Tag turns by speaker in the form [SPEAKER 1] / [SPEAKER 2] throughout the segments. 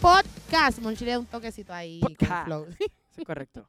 [SPEAKER 1] podcast. Monchile un toquecito ahí. con
[SPEAKER 2] Podcast.
[SPEAKER 1] flow.
[SPEAKER 2] Eso es correcto.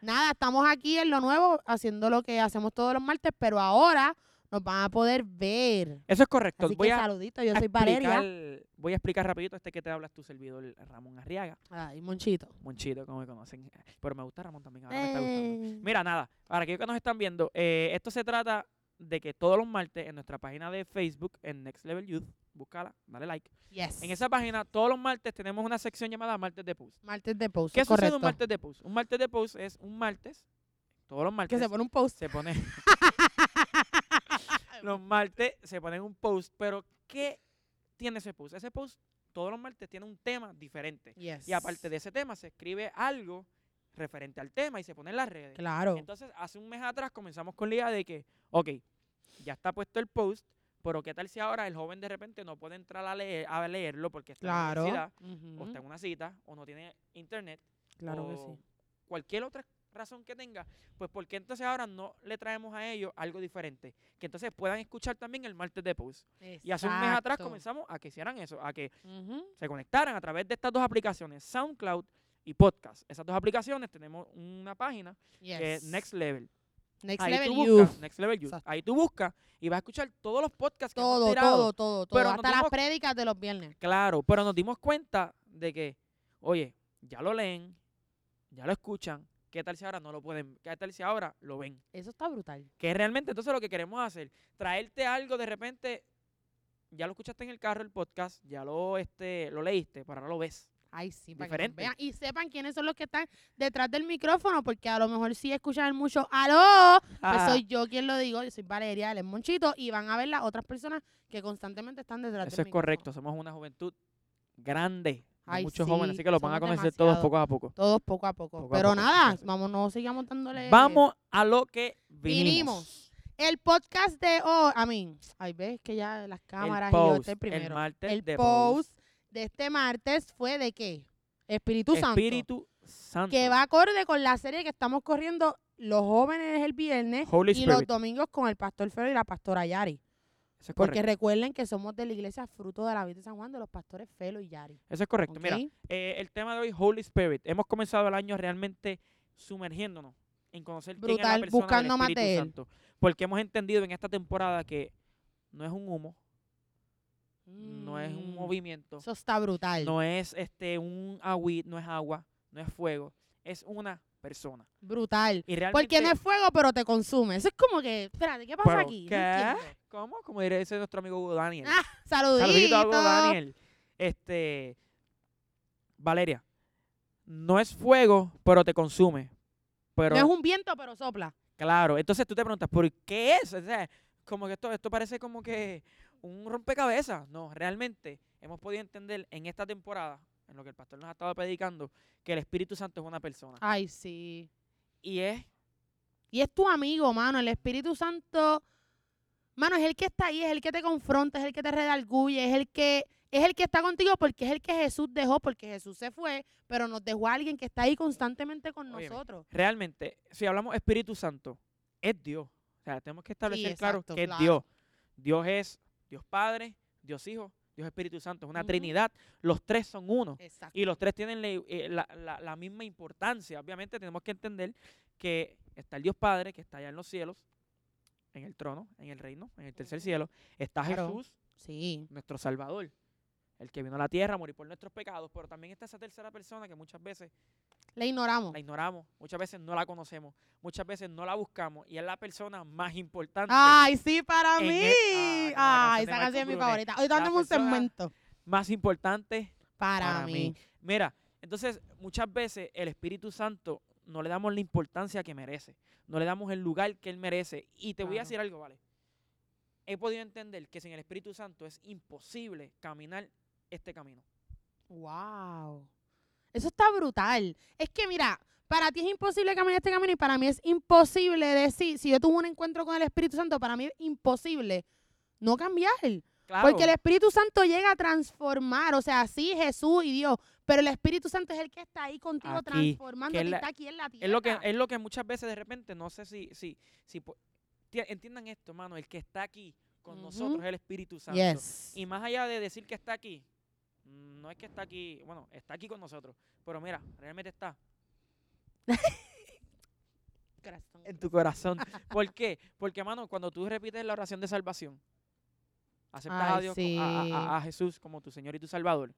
[SPEAKER 1] Nada, estamos aquí en lo nuevo, haciendo lo que hacemos todos los martes, pero ahora nos van a poder ver.
[SPEAKER 2] Eso es correcto.
[SPEAKER 1] Así
[SPEAKER 2] voy
[SPEAKER 1] que
[SPEAKER 2] a,
[SPEAKER 1] saludito, yo
[SPEAKER 2] a
[SPEAKER 1] soy Valeria.
[SPEAKER 2] explicar- voy a explicar rapidito este que te hablas tu servidor Ramón Arriaga.
[SPEAKER 1] Ay, Monchito.
[SPEAKER 2] Monchito, como me conocen. Pero me gusta Ramón también. Ahora me está gustando.
[SPEAKER 1] Eh.
[SPEAKER 2] Mira, nada, para aquellos que nos están viendo, eh, esto se trata de que todos los martes en nuestra página de Facebook, en Next Level Youth, búscala, dale like.
[SPEAKER 1] Yes.
[SPEAKER 2] En esa página, todos los martes tenemos una sección llamada Martes de Post.
[SPEAKER 1] Martes de post.
[SPEAKER 2] ¿Qué
[SPEAKER 1] correcto.
[SPEAKER 2] sucede un martes de Post? Un martes de Post es un martes, todos los
[SPEAKER 1] Que
[SPEAKER 2] martes,
[SPEAKER 1] se pone un post.
[SPEAKER 2] se pone, los martes se ponen un post, pero ¿qué tiene ese post? Ese post, todos los martes, tiene un tema diferente.
[SPEAKER 1] Yes.
[SPEAKER 2] Y aparte de ese tema, se escribe algo referente al tema y se pone en las redes.
[SPEAKER 1] Claro.
[SPEAKER 2] Entonces, hace un mes atrás comenzamos con la idea de que, ok, ya está puesto el post, pero ¿qué tal si ahora el joven de repente no puede entrar a, leer, a leerlo porque está
[SPEAKER 1] claro.
[SPEAKER 2] en la universidad,
[SPEAKER 1] Ujú.
[SPEAKER 2] o está en una cita, o no tiene internet,
[SPEAKER 1] Claro que
[SPEAKER 2] o
[SPEAKER 1] sí.
[SPEAKER 2] cualquier otra razón que tenga, pues porque entonces ahora no le traemos a ellos algo diferente, que entonces puedan escuchar también el martes de post. Y hace un mes atrás
[SPEAKER 1] Exacto.
[SPEAKER 2] comenzamos a que hicieran eso, a que
[SPEAKER 1] Ujú.
[SPEAKER 2] se conectaran a través de estas dos aplicaciones, SoundCloud y Podcast. Esas dos aplicaciones tenemos una página que es
[SPEAKER 1] Yes.
[SPEAKER 2] Eh, Next Level.
[SPEAKER 1] Next
[SPEAKER 2] Ahí
[SPEAKER 1] Level
[SPEAKER 2] tú
[SPEAKER 1] Youth.
[SPEAKER 2] buscas, Next Level Youth.
[SPEAKER 1] Exacto.
[SPEAKER 2] Ahí tú buscas y vas a escuchar todos los podcasts que hemos
[SPEAKER 1] Todo,
[SPEAKER 2] tirado.
[SPEAKER 1] todo, todo, todo.
[SPEAKER 2] Pero nos
[SPEAKER 1] Hasta las
[SPEAKER 2] dimos-
[SPEAKER 1] prédicas de los viernes.
[SPEAKER 2] Claro, pero nos dimos cuenta de que, oye, ya lo leen, ya lo escuchan. ¿Qué tal si ahora no lo pueden? ¿Qué tal si ahora lo ven?
[SPEAKER 1] Eso está brutal.
[SPEAKER 2] Que es realmente entonces lo que queremos hacer. Traerte algo de repente, ya lo escuchaste en el carro el podcast, ya lo este, lo leíste, pero ahora lo ves.
[SPEAKER 1] Ay, sí, para que nos
[SPEAKER 2] Diferente.
[SPEAKER 1] vean y sepan quiénes son los que están detrás del micrófono, porque a lo mejor sí escuchan mucho aló, pues soy yo quien lo digo, yo soy Valeria, él es Monchito, y van a ver las otras personas que constantemente están detrás
[SPEAKER 2] Eso
[SPEAKER 1] del
[SPEAKER 2] es
[SPEAKER 1] micrófono.
[SPEAKER 2] correcto, somos una juventud grande, de
[SPEAKER 1] Ay,
[SPEAKER 2] muchos
[SPEAKER 1] sí,
[SPEAKER 2] jóvenes, así que los van a
[SPEAKER 1] somos
[SPEAKER 2] conocer todos
[SPEAKER 1] demasiado.
[SPEAKER 2] poco a poco.
[SPEAKER 1] Todos poco a poco.
[SPEAKER 2] Poco a
[SPEAKER 1] Pero
[SPEAKER 2] poco,
[SPEAKER 1] nada,
[SPEAKER 2] entonces.
[SPEAKER 1] vamos, no sigamos dándole.
[SPEAKER 2] Vamos a lo que vinimos.
[SPEAKER 1] Vinimos. El podcast de hoy, a mí, ay, ves que ya las cámaras
[SPEAKER 2] el
[SPEAKER 1] y yo
[SPEAKER 2] post,
[SPEAKER 1] estoy primero.
[SPEAKER 2] el martes
[SPEAKER 1] El
[SPEAKER 2] de
[SPEAKER 1] post de este martes fue de qué? Espíritu Santo.
[SPEAKER 2] Espíritu Santo.
[SPEAKER 1] Que va acorde con la serie que estamos corriendo los jóvenes el viernes
[SPEAKER 2] Holy
[SPEAKER 1] y los
[SPEAKER 2] Spirit.
[SPEAKER 1] domingos con el pastor Fero y la pastora Yari.
[SPEAKER 2] Eso es
[SPEAKER 1] Porque
[SPEAKER 2] correcto.
[SPEAKER 1] recuerden que somos de la iglesia Fruto de la Vida de San Juan de los pastores Felo y Yari.
[SPEAKER 2] Eso es correcto. Mira,
[SPEAKER 1] ¿ok?
[SPEAKER 2] eh, el tema de hoy, Holy Spirit. Hemos comenzado el año realmente sumergiéndonos en conocer quién es la
[SPEAKER 1] Brutal,
[SPEAKER 2] persona
[SPEAKER 1] buscando
[SPEAKER 2] del
[SPEAKER 1] más
[SPEAKER 2] Espíritu
[SPEAKER 1] de él.
[SPEAKER 2] Santo. Porque hemos entendido en esta temporada que no es un humo, no es un
[SPEAKER 1] Mm,
[SPEAKER 2] movimiento,
[SPEAKER 1] Eso está brutal.
[SPEAKER 2] no es este un agüit, no es agua, no es fuego, es una persona.
[SPEAKER 1] Brutal.
[SPEAKER 2] Y realmente
[SPEAKER 1] Porque no es fuego, pero te consume. Eso es como que, espérate, ¿qué pasa
[SPEAKER 2] Pero,
[SPEAKER 1] aquí? No
[SPEAKER 2] ¿qué?
[SPEAKER 1] entiendo.
[SPEAKER 2] ¿Cómo? Como diría ese nuestro amigo Hugo Daniel.
[SPEAKER 1] Ah, Saludito.
[SPEAKER 2] Saludito a Hugo Daniel. Este. Valeria, no es fuego, pero te consume. Pero,
[SPEAKER 1] No es un viento, pero sopla.
[SPEAKER 2] claro. Entonces tú te preguntas, ¿por qué es? O sea, como que esto, esto parece como que un rompecabezas. No, realmente hemos podido entender en esta temporada, en lo que el pastor nos ha estado predicando, que el Espíritu Santo es una persona.
[SPEAKER 1] Ay, sí.
[SPEAKER 2] Y es
[SPEAKER 1] Y es tu amigo, mano. El Espíritu Santo, mano, es el que está ahí, es el que te confronta, es el que te redarguye, es el que es el que está contigo porque es el que Jesús dejó, porque Jesús se fue, pero nos dejó a alguien que está ahí constantemente con
[SPEAKER 2] Óyeme,
[SPEAKER 1] nosotros.
[SPEAKER 2] realmente, si hablamos Espíritu Santo, es Dios. O sea, tenemos que establecer claro
[SPEAKER 1] exacto,
[SPEAKER 2] que
[SPEAKER 1] claro.
[SPEAKER 2] es Dios. Dios es Dios Padre, Dios Hijo, Dios Espíritu Santo. Es una
[SPEAKER 1] Ujú.
[SPEAKER 2] trinidad. Los tres son uno.
[SPEAKER 1] Exacto.
[SPEAKER 2] Y los tres tienen le- eh, la, la- la misma importancia. Obviamente tenemos que entender que está el Dios Padre, que está allá en los cielos, en el trono, en el reino, en el tercer
[SPEAKER 1] Ujú.
[SPEAKER 2] cielo. Está
[SPEAKER 1] Claro.
[SPEAKER 2] Jesús,
[SPEAKER 1] Sí.
[SPEAKER 2] nuestro Salvador, el que vino a la tierra a morir por nuestros pecados. Pero también está esa tercera persona que muchas veces
[SPEAKER 1] Le ignoramos.
[SPEAKER 2] la ignoramos, muchas veces no la conocemos, muchas veces no la buscamos y es la persona más importante,
[SPEAKER 1] Ay, sí, para
[SPEAKER 2] En
[SPEAKER 1] mí.
[SPEAKER 2] el- ah,
[SPEAKER 1] Ay, esa
[SPEAKER 2] qué buena
[SPEAKER 1] canción
[SPEAKER 2] canción
[SPEAKER 1] es mi
[SPEAKER 2] de Marco Brunel.
[SPEAKER 1] favorita. Hoy
[SPEAKER 2] La
[SPEAKER 1] tenemos un
[SPEAKER 2] persona-
[SPEAKER 1] segmento.
[SPEAKER 2] más importante
[SPEAKER 1] Para,
[SPEAKER 2] para
[SPEAKER 1] mí.
[SPEAKER 2] mí. Mira, entonces muchas veces el Espíritu Santo no le damos la importancia que merece, no le damos el lugar que él merece y te voy a
[SPEAKER 1] Claro.
[SPEAKER 2] decir algo, vale. He podido entender que sin el Espíritu Santo es imposible caminar este camino.
[SPEAKER 1] Wow. Eso está brutal. Es que mira, para ti es imposible caminar este camino y para mí es imposible decir, si yo tuve un encuentro con el Espíritu Santo, para mí es imposible no cambiar.
[SPEAKER 2] Claro.
[SPEAKER 1] Porque el Espíritu Santo llega a transformar, o sea, sí, Jesús y Dios, pero el Espíritu Santo es el que está ahí contigo
[SPEAKER 2] Aquí,
[SPEAKER 1] transformando,
[SPEAKER 2] que es la-
[SPEAKER 1] está aquí en la tierra.
[SPEAKER 2] Es lo que es lo que muchas veces de repente no sé si si si po- tie- entiendan esto, mano, el que está aquí con
[SPEAKER 1] Ujú.
[SPEAKER 2] nosotros es el Espíritu Santo.
[SPEAKER 1] Yes.
[SPEAKER 2] Y más allá de decir que está aquí, no es que está aquí, bueno, está aquí con nosotros, pero mira, realmente está
[SPEAKER 1] Corazón.
[SPEAKER 2] en tu corazón. ¿Por qué? Porque, mano, cuando tú repites la oración de salvación, aceptas a
[SPEAKER 1] Ay,
[SPEAKER 2] Dios, co- a, a- a-
[SPEAKER 1] sí.
[SPEAKER 2] a Jesús como tu Señor y tu Salvador,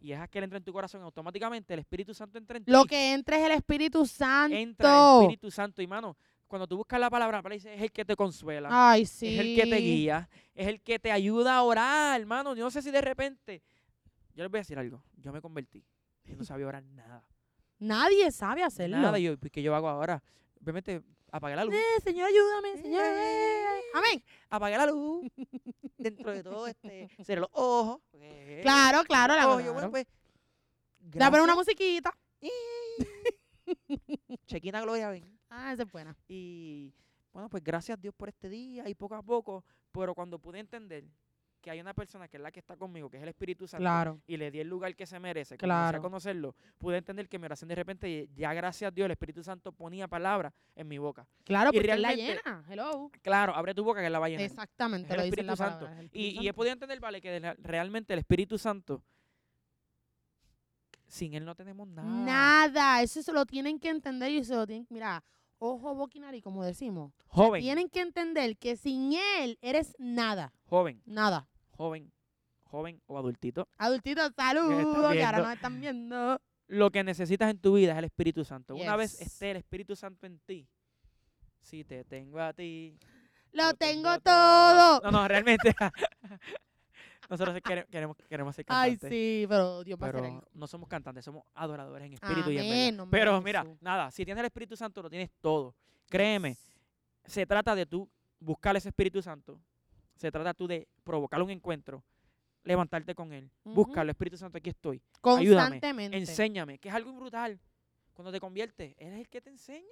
[SPEAKER 2] y dejas que Él entre en tu corazón, automáticamente el Espíritu Santo entra en ti.
[SPEAKER 1] Lo que entra es el Espíritu Santo.
[SPEAKER 2] entra el Espíritu Santo. Y, mano, cuando tú buscas la palabra, la palabra dice, es el que te consuela.
[SPEAKER 1] Ay, sí.
[SPEAKER 2] es el que te guía, es el que te ayuda a orar, hermano. Yo no sé si de repente, yo les voy a decir algo, yo me convertí, yo no sabía orar nada.
[SPEAKER 1] Nadie sabe hacerlo.
[SPEAKER 2] Nada, yo, pues, ¿qué yo hago ahora? Obviamente, apagué la luz,
[SPEAKER 1] Eh, señor, ayúdame, señor.
[SPEAKER 2] Eh,
[SPEAKER 1] ayúdame. Amén.
[SPEAKER 2] apagué la luz, dentro de todo, este, cerré los ojos. eh,
[SPEAKER 1] Claro, claro,
[SPEAKER 2] cerré
[SPEAKER 1] la
[SPEAKER 2] los
[SPEAKER 1] claro.
[SPEAKER 2] ojos, yo, bueno, pues,
[SPEAKER 1] Da para una
[SPEAKER 2] gracias,
[SPEAKER 1] musiquita.
[SPEAKER 2] Chequina Gloria, ven.
[SPEAKER 1] Ah, esa es buena.
[SPEAKER 2] Y, bueno, pues gracias Dios por este día y poco a poco, pero cuando pude entender que hay una persona que es la que está conmigo, que es el Espíritu Santo,
[SPEAKER 1] Claro.
[SPEAKER 2] y le di el lugar que se merece, que comencé a
[SPEAKER 1] Claro.
[SPEAKER 2] conocerlo, pude entender que mi oración de repente, ya gracias a Dios, el Espíritu Santo ponía palabra en mi boca.
[SPEAKER 1] Claro,
[SPEAKER 2] Y
[SPEAKER 1] porque él la
[SPEAKER 2] realmente-
[SPEAKER 1] llena. Hello.
[SPEAKER 2] Claro, abre tu boca que él la va a llenar.
[SPEAKER 1] Exactamente,
[SPEAKER 2] Es
[SPEAKER 1] lo
[SPEAKER 2] el
[SPEAKER 1] dice la
[SPEAKER 2] Espíritu Santo.
[SPEAKER 1] palabra. es el Espíritu
[SPEAKER 2] Y, y he
[SPEAKER 1] Santo.
[SPEAKER 2] podido entender, vale, que de la- realmente el Espíritu Santo, sin él no tenemos nada.
[SPEAKER 1] Nada, eso se lo tienen que entender y se lo tienen, mira, ojo, boca y nariz, como decimos.
[SPEAKER 2] Joven,
[SPEAKER 1] Tienen que entender que sin él eres nada,
[SPEAKER 2] joven,
[SPEAKER 1] nada.
[SPEAKER 2] joven, joven o adultito.
[SPEAKER 1] Adultitos, saludos, que ahora
[SPEAKER 2] viendo.
[SPEAKER 1] nos están viendo.
[SPEAKER 2] Lo que necesitas en tu vida es el Espíritu Santo. Una vez
[SPEAKER 1] Yes.
[SPEAKER 2] esté el Espíritu Santo en ti, si te tengo a ti,
[SPEAKER 1] Lo tengo todo.
[SPEAKER 2] todo. No, no, realmente. Nosotros quere- queremos, queremos ser
[SPEAKER 1] Ay,
[SPEAKER 2] cantantes.
[SPEAKER 1] sí, pero Dios va a hacer
[SPEAKER 2] Pero
[SPEAKER 1] algo.
[SPEAKER 2] no somos cantantes, somos adoradores en espíritu y en
[SPEAKER 1] Amén,
[SPEAKER 2] verdad.
[SPEAKER 1] nombre de
[SPEAKER 2] Pero mira,
[SPEAKER 1] Jesús.
[SPEAKER 2] nada, si tienes el Espíritu Santo, lo tienes todo. Créeme, se trata de tú buscar ese Espíritu Santo. Se trata tú de provocar un encuentro, levantarte con él.
[SPEAKER 1] Ujú.
[SPEAKER 2] Búscalo, Espíritu Santo, aquí estoy. ayúdame,
[SPEAKER 1] Constantemente.
[SPEAKER 2] Enséñame, que es algo brutal. Cuando te conviertes, eres el que te enseña.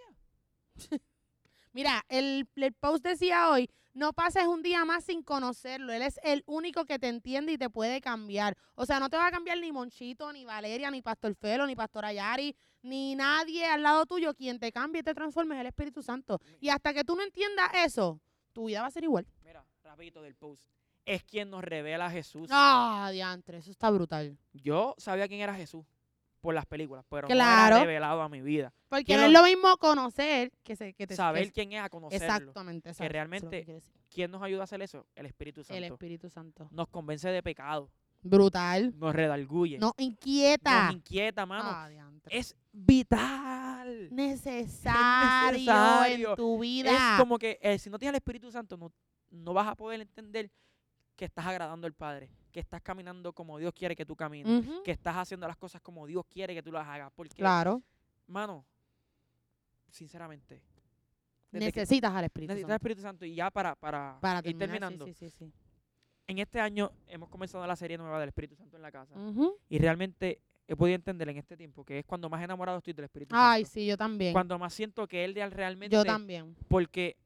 [SPEAKER 1] Mira, el, el post decía hoy, no pases un día más sin conocerlo. Él es el único que te entiende y te puede cambiar. O sea, no te va a cambiar ni Monchito, ni Valeria, ni Pastor Felo, ni Pastor Ayari, ni nadie al lado tuyo. Quien te cambie y te transforme es el Espíritu Santo. Y hasta que tú no entiendas eso, tu vida va a ser igual.
[SPEAKER 2] Mira, rapidito del post. Es quien nos revela a Jesús.
[SPEAKER 1] Ah, diantre, eso está brutal.
[SPEAKER 2] Yo sabía quién era Jesús por las películas, pero no
[SPEAKER 1] Claro.
[SPEAKER 2] era revelado a mi vida.
[SPEAKER 1] Porque
[SPEAKER 2] Quiero-
[SPEAKER 1] no es lo mismo conocer que, se, que te...
[SPEAKER 2] Saber
[SPEAKER 1] que-
[SPEAKER 2] quién es a conocerlo.
[SPEAKER 1] Exactamente, exacto, eso es lo
[SPEAKER 2] realmente
[SPEAKER 1] que quiere decir.
[SPEAKER 2] ¿Quién nos ayuda a hacer eso? El Espíritu Santo.
[SPEAKER 1] El Espíritu Santo.
[SPEAKER 2] Nos convence de pecado,
[SPEAKER 1] Brutal.
[SPEAKER 2] nos redarguye,
[SPEAKER 1] No, inquieta.
[SPEAKER 2] nos inquieta, mano.
[SPEAKER 1] Ah, diantre.
[SPEAKER 2] Es vital.
[SPEAKER 1] necesario,
[SPEAKER 2] necesario.
[SPEAKER 1] en tu vida.
[SPEAKER 2] Es como que eh, si no tienes el Espíritu Santo, no, no vas a poder entender que estás agradando al Padre, que estás caminando como Dios quiere que tú camines,
[SPEAKER 1] Ujú,
[SPEAKER 2] que estás haciendo las cosas como Dios quiere que tú las hagas. Porque,
[SPEAKER 1] Claro.
[SPEAKER 2] mano, sinceramente, desde que-
[SPEAKER 1] Necesitas al Espíritu
[SPEAKER 2] necesitas el
[SPEAKER 1] Santo.
[SPEAKER 2] Espíritu Santo. Y ya para, para,
[SPEAKER 1] Para terminar, sí,
[SPEAKER 2] ir terminando,
[SPEAKER 1] sí, sí, sí.
[SPEAKER 2] en este año hemos comenzado la serie nueva del Espíritu Santo en la casa.
[SPEAKER 1] Ujú.
[SPEAKER 2] Y realmente he podido entender en este tiempo que es cuando más enamorado estoy del Espíritu
[SPEAKER 1] Ay,
[SPEAKER 2] Santo.
[SPEAKER 1] sí, yo también.
[SPEAKER 2] Cuando más siento que Él de- realmente.
[SPEAKER 1] yo también.
[SPEAKER 2] Porque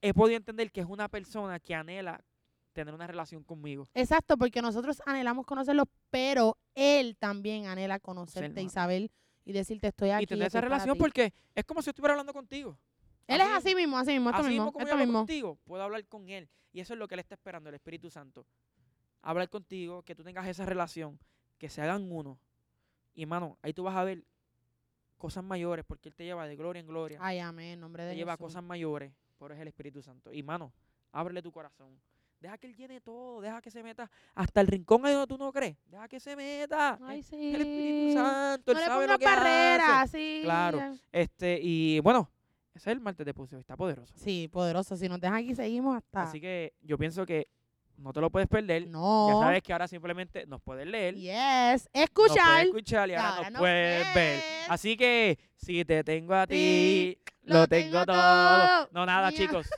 [SPEAKER 2] he podido entender que es una persona que anhela tener una relación conmigo.
[SPEAKER 1] Exacto, porque nosotros anhelamos conocerlo, pero él también anhela conocerte,
[SPEAKER 2] Conocernos.
[SPEAKER 1] Isabel, y decirte estoy aquí.
[SPEAKER 2] y tener esa
[SPEAKER 1] estoy para
[SPEAKER 2] relación
[SPEAKER 1] ti".
[SPEAKER 2] porque es como si estuviera hablando contigo.
[SPEAKER 1] él es así mismo, así mismo, esto
[SPEAKER 2] Así mismo
[SPEAKER 1] mismo,
[SPEAKER 2] como yo
[SPEAKER 1] esto
[SPEAKER 2] hablo
[SPEAKER 1] mismo.
[SPEAKER 2] contigo, puedo hablar con Él. Y eso es lo que Él está esperando, el Espíritu Santo. Hablar contigo, que tú tengas esa relación, que se hagan uno. Y mano, ahí tú vas a ver cosas mayores porque Él te lleva de gloria en gloria.
[SPEAKER 1] Ay, amén, en nombre de
[SPEAKER 2] te lleva a
[SPEAKER 1] Jesús.
[SPEAKER 2] cosas mayores, pero es el Espíritu Santo. Y mano, ábrele tu corazón. Deja que Él llene todo, deja que se meta hasta el rincón ahí donde tú no crees. Deja que se meta.
[SPEAKER 1] Ay,
[SPEAKER 2] Es
[SPEAKER 1] sí.
[SPEAKER 2] El Espíritu Santo,
[SPEAKER 1] no
[SPEAKER 2] Él
[SPEAKER 1] le
[SPEAKER 2] sabe lo
[SPEAKER 1] pongas
[SPEAKER 2] que hace.
[SPEAKER 1] barreras, sí.
[SPEAKER 2] Claro.
[SPEAKER 1] ya.
[SPEAKER 2] Este, y bueno, ese es el martes de Puseo, está poderoso.
[SPEAKER 1] Sí, poderoso. Si nos dejan aquí, seguimos hasta.
[SPEAKER 2] Así que yo pienso que no te lo puedes perder.
[SPEAKER 1] no.
[SPEAKER 2] Ya sabes que ahora simplemente nos puedes leer.
[SPEAKER 1] Yes,
[SPEAKER 2] nos puedes
[SPEAKER 1] escuchar.
[SPEAKER 2] escuchar y ahora,
[SPEAKER 1] ahora
[SPEAKER 2] nos
[SPEAKER 1] nos
[SPEAKER 2] puedes ver.
[SPEAKER 1] ves.
[SPEAKER 2] Así que si te tengo a
[SPEAKER 1] Sí,
[SPEAKER 2] ti, lo tengo todo. No nada,
[SPEAKER 1] Mía.
[SPEAKER 2] chicos.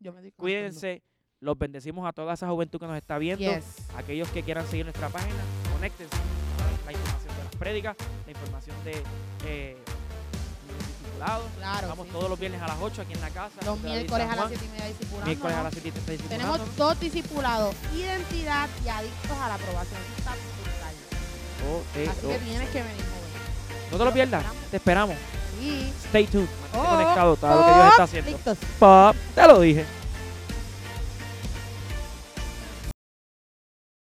[SPEAKER 1] Yo me estoy conociendo.
[SPEAKER 2] Cuídense. Los bendecimos a toda esa juventud que nos está viendo.
[SPEAKER 1] Yes.
[SPEAKER 2] Aquellos que quieran seguir nuestra página, conéctense. Saben La información de las prédicas, la información de eh, los discipulados.
[SPEAKER 1] Claro.
[SPEAKER 2] Vamos
[SPEAKER 1] sí.
[SPEAKER 2] todos los viernes a las 8 aquí en la casa.
[SPEAKER 1] Los
[SPEAKER 2] en David
[SPEAKER 1] miércoles
[SPEAKER 2] San
[SPEAKER 1] a las
[SPEAKER 2] Juan.
[SPEAKER 1] 7 y media discipulando.
[SPEAKER 2] Miércoles a
[SPEAKER 1] ¿no?
[SPEAKER 2] las 7 y media
[SPEAKER 1] Tenemos dos discipulados: identidad y adictos a la aprobación. Eso está brutal.
[SPEAKER 2] Eh,
[SPEAKER 1] Así
[SPEAKER 2] oh.
[SPEAKER 1] que tienes que venir, joven.
[SPEAKER 2] No te lo pierdas. Te esperamos.
[SPEAKER 1] Sí.
[SPEAKER 2] Stay tuned. Mantente
[SPEAKER 1] Oh,
[SPEAKER 2] conectado. Todo lo que Dios está haciendo.
[SPEAKER 1] Adictos.
[SPEAKER 2] Pop, te lo dije.